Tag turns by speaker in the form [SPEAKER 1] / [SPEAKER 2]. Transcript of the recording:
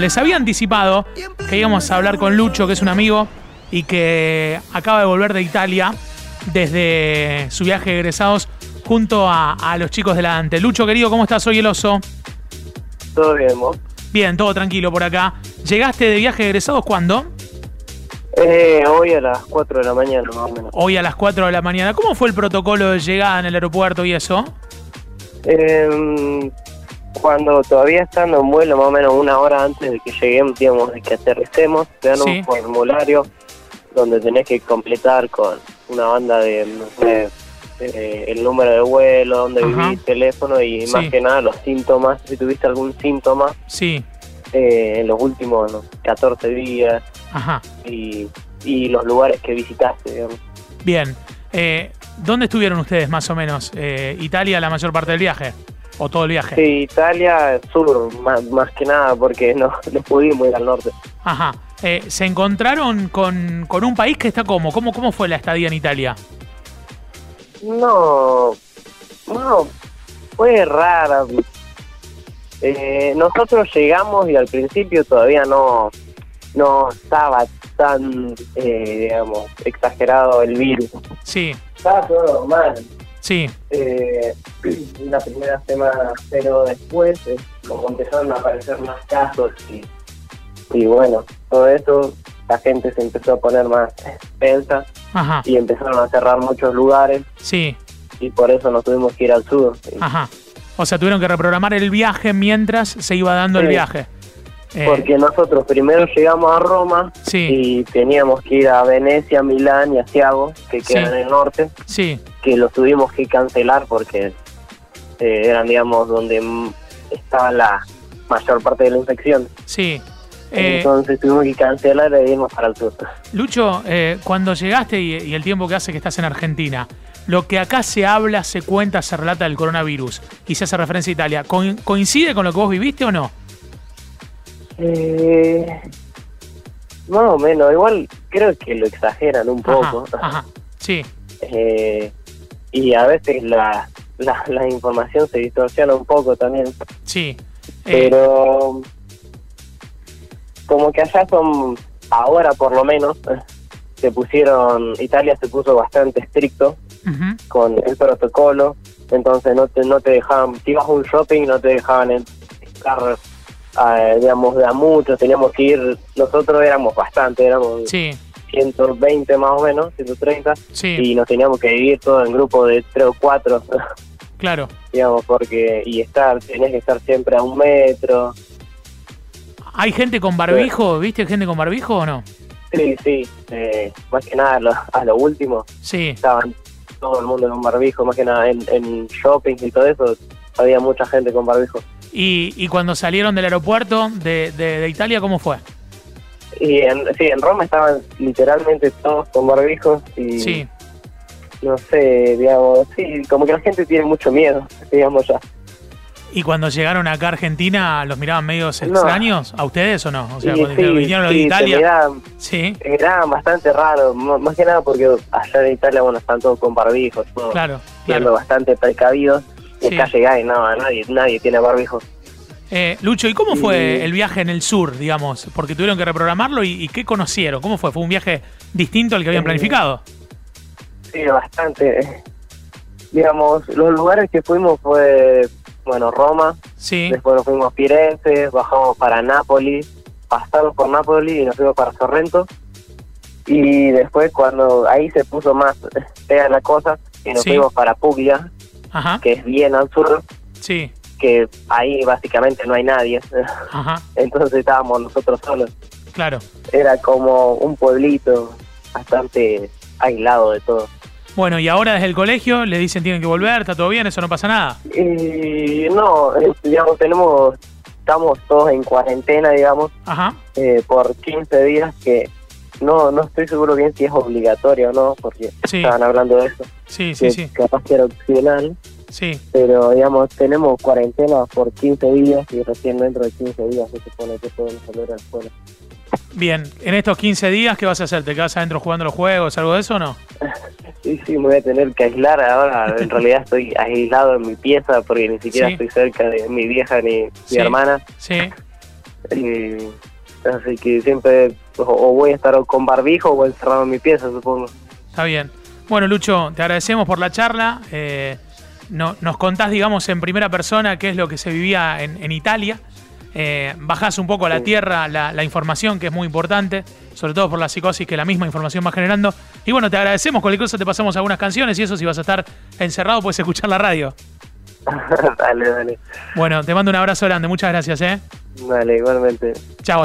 [SPEAKER 1] Les había anticipado que íbamos a hablar con Lucho, que es un amigo y que acaba de volver de Italia desde su viaje de egresados junto a, a los chicos de la Ante. Lucho, querido, ¿cómo estás hoy el oso?
[SPEAKER 2] Todo bien, vos.
[SPEAKER 1] Bien, todo tranquilo por acá. ¿Llegaste de viaje de egresados cuándo?
[SPEAKER 2] Eh, hoy a las 4 de la mañana, más o menos.
[SPEAKER 1] Hoy a las 4 de la mañana. ¿Cómo fue el protocolo de llegada en el aeropuerto y eso?
[SPEAKER 2] Em, cuando todavía estando en vuelo, más o menos una hora antes de que lleguemos, digamos, de que aterricemos, te dan
[SPEAKER 1] Sí.
[SPEAKER 2] un formulario donde tenés que completar con una banda de, no sé, eh, el número de vuelo, dónde
[SPEAKER 1] Ajá.
[SPEAKER 2] vivís, teléfono y
[SPEAKER 1] Sí.
[SPEAKER 2] más que nada los síntomas, si tuviste algún síntoma
[SPEAKER 1] Sí,
[SPEAKER 2] eh, en los últimos no, 14 días
[SPEAKER 1] ajá,
[SPEAKER 2] y, y los lugares que visitaste, digamos.
[SPEAKER 1] bien. Eh, ¿Dónde estuvieron ustedes más o menos? Eh, ¿Italia la mayor parte del viaje? ¿O todo el viaje?
[SPEAKER 2] Sí, Italia sur, más, más que nada, porque no, no pudimos ir al norte.
[SPEAKER 1] Ajá. Eh, ¿Se encontraron con, con un país que está como? ¿Cómo, ¿Cómo fue la estadía en Italia?
[SPEAKER 2] No, no, fue rara. Eh, nosotros llegamos y al principio todavía no, no estaba tan, eh, digamos, exagerado el virus.
[SPEAKER 1] Sí,
[SPEAKER 2] Estaba todo mal
[SPEAKER 1] sí,
[SPEAKER 2] eh, la primera semana, pero después eh, como empezaron a aparecer más casos y, y bueno, todo eso la gente se empezó a poner más expensa
[SPEAKER 1] ajá,
[SPEAKER 2] y empezaron a cerrar muchos lugares
[SPEAKER 1] sí,
[SPEAKER 2] y por eso nos tuvimos que ir al sur.
[SPEAKER 1] ajá. O sea, tuvieron que reprogramar el viaje mientras se iba dando el
[SPEAKER 2] Sí.
[SPEAKER 1] viaje. Eh,
[SPEAKER 2] Porque nosotros primero llegamos a Roma
[SPEAKER 1] Sí,
[SPEAKER 2] y teníamos que ir a Venecia, Milán y a Siago, que
[SPEAKER 1] Sí.
[SPEAKER 2] quedan en el norte,
[SPEAKER 1] sí,
[SPEAKER 2] que los tuvimos que cancelar porque eh, eran, digamos, donde m- estaba la mayor parte de la infección.
[SPEAKER 1] sí. Eh,
[SPEAKER 2] Entonces tuvimos que cancelar e irnos para el sur.
[SPEAKER 1] Lucho, eh, cuando llegaste y, y el tiempo que hace que estás en Argentina, lo que acá se habla, se cuenta, se relata del coronavirus y se hace referencia a Italia, ¿co- ¿coincide con lo que vos viviste o no?
[SPEAKER 2] Eh, más o menos, igual creo que lo exageran un
[SPEAKER 1] Ajá,
[SPEAKER 2] poco.
[SPEAKER 1] ajá, sí,
[SPEAKER 2] Eh, y a veces la, la, la información se distorsiona un poco también.
[SPEAKER 1] sí. Eh,
[SPEAKER 2] Pero como que allá son, ahora por lo menos, se pusieron, Italia se puso bastante estricto
[SPEAKER 1] ujú.
[SPEAKER 2] con el protocolo, entonces no te, no te dejaban, si ibas a un shopping no te dejaban en- estar, eh, digamos, de a mucho, teníamos que ir, nosotros éramos bastante, éramos
[SPEAKER 1] Sí,
[SPEAKER 2] 120 más o menos, 130,
[SPEAKER 1] sí,
[SPEAKER 2] y nos teníamos que dividir todo en grupo de 3 o 4,
[SPEAKER 1] claro.
[SPEAKER 2] digamos, porque, y estar, tenés que estar siempre a un metro,
[SPEAKER 1] ¿Hay gente con barbijo? ¿Viste gente con barbijo o no?
[SPEAKER 2] sí, sí, eh, más que nada a lo, a lo último,
[SPEAKER 1] Sí,
[SPEAKER 2] estaban todo el mundo con barbijo, más que nada en, en shopping y todo eso, había mucha gente con barbijo.
[SPEAKER 1] Y, y cuando salieron del aeropuerto de, de- de Italia, ¿cómo fue?
[SPEAKER 2] Y en, sí, en Roma estaban literalmente todos con barbijos y
[SPEAKER 1] Sí,
[SPEAKER 2] no sé, digamos, sí, como que la gente tiene mucho miedo, digamos ya.
[SPEAKER 1] Y cuando llegaron acá a Argentina, ¿los miraban medios
[SPEAKER 2] No.
[SPEAKER 1] extraños? ¿A ustedes o no? O sea,
[SPEAKER 2] Y
[SPEAKER 1] cuando
[SPEAKER 2] sí,
[SPEAKER 1] vinieron los de
[SPEAKER 2] sí,
[SPEAKER 1] Italia.
[SPEAKER 2] Te miraban,
[SPEAKER 1] Sí,
[SPEAKER 2] te miraban bastante raro, m- más que nada porque allá en Italia, bueno, están todos con barbijos, todos
[SPEAKER 1] claro,
[SPEAKER 2] siendo
[SPEAKER 1] claro.
[SPEAKER 2] bastante precavidos. Y
[SPEAKER 1] Sí.
[SPEAKER 2] acá llegás y no, nadie, nadie tiene barbijo.
[SPEAKER 1] Eh, Lucho, ¿y cómo fue
[SPEAKER 2] Y-
[SPEAKER 1] el viaje en el sur, digamos? Porque tuvieron que reprogramarlo y, y ¿qué conocieron? ¿Cómo fue? ¿Fue un viaje distinto al que habían
[SPEAKER 2] Eh,
[SPEAKER 1] planificado?
[SPEAKER 2] Sí, bastante. eh, Digamos, los lugares que fuimos fue, bueno, Roma,
[SPEAKER 1] Sí,
[SPEAKER 2] Después nos fuimos a Firenze, bajamos para Nápoles, pasamos por Nápoles y nos fuimos para Sorrento. Y después cuando ahí se puso más fea la cosa, y nos
[SPEAKER 1] Sí.
[SPEAKER 2] fuimos para Puglia,
[SPEAKER 1] ajá,
[SPEAKER 2] que es bien al sur,
[SPEAKER 1] sí,
[SPEAKER 2] que ahí básicamente no hay nadie.
[SPEAKER 1] ajá,
[SPEAKER 2] Entonces estábamos nosotros solos.
[SPEAKER 1] claro.
[SPEAKER 2] Era como un pueblito bastante aislado de todo.
[SPEAKER 1] Bueno, y ahora desde el colegio le dicen tienen que volver, está todo bien, eso no pasa nada.
[SPEAKER 2] Y no, este, digamos, tenemos, estamos todos en cuarentena, digamos.
[SPEAKER 1] Ajá,
[SPEAKER 2] eh, por 15 días que no no estoy seguro bien si es obligatorio o no, porque
[SPEAKER 1] sí,
[SPEAKER 2] estaban hablando de eso,
[SPEAKER 1] sí,
[SPEAKER 2] que
[SPEAKER 1] sí, sí,
[SPEAKER 2] capaz que era opcional,
[SPEAKER 1] sí.
[SPEAKER 2] pero digamos, tenemos cuarentena por 15 días y recién dentro de 15 días se supone que podemos volver a la escuela.
[SPEAKER 1] Bien, en estos 15 días, ¿qué vas a hacer? ¿Te quedas adentro jugando los juegos, algo de eso o no?
[SPEAKER 2] Sí, sí, me voy a tener que aislar ahora, en realidad estoy aislado en mi pieza porque ni siquiera
[SPEAKER 1] Sí.
[SPEAKER 2] estoy cerca de mi vieja ni mi
[SPEAKER 1] Sí.
[SPEAKER 2] hermana,
[SPEAKER 1] Sí,
[SPEAKER 2] Eh, así que siempre o, o voy a estar o con barbijo o encerrado en mi pieza, supongo.
[SPEAKER 1] Está bien. Bueno, Lucho, te agradecemos por la charla. Eh, no- nos contás, digamos, en primera persona qué es lo que se vivía en, en Italia. Eh, bajás un poco a la
[SPEAKER 2] Sí.
[SPEAKER 1] tierra la, la información, que es muy importante, sobre todo por la psicosis que la misma información va generando. Y bueno, te agradecemos. Cualquier cosa te pasamos algunas canciones y eso, si vas a estar encerrado, puedes escuchar la radio.
[SPEAKER 2] dale, dale.
[SPEAKER 1] Bueno, te mando un abrazo grande. Muchas gracias, ¿eh?
[SPEAKER 2] Dale, igualmente.
[SPEAKER 1] Chao.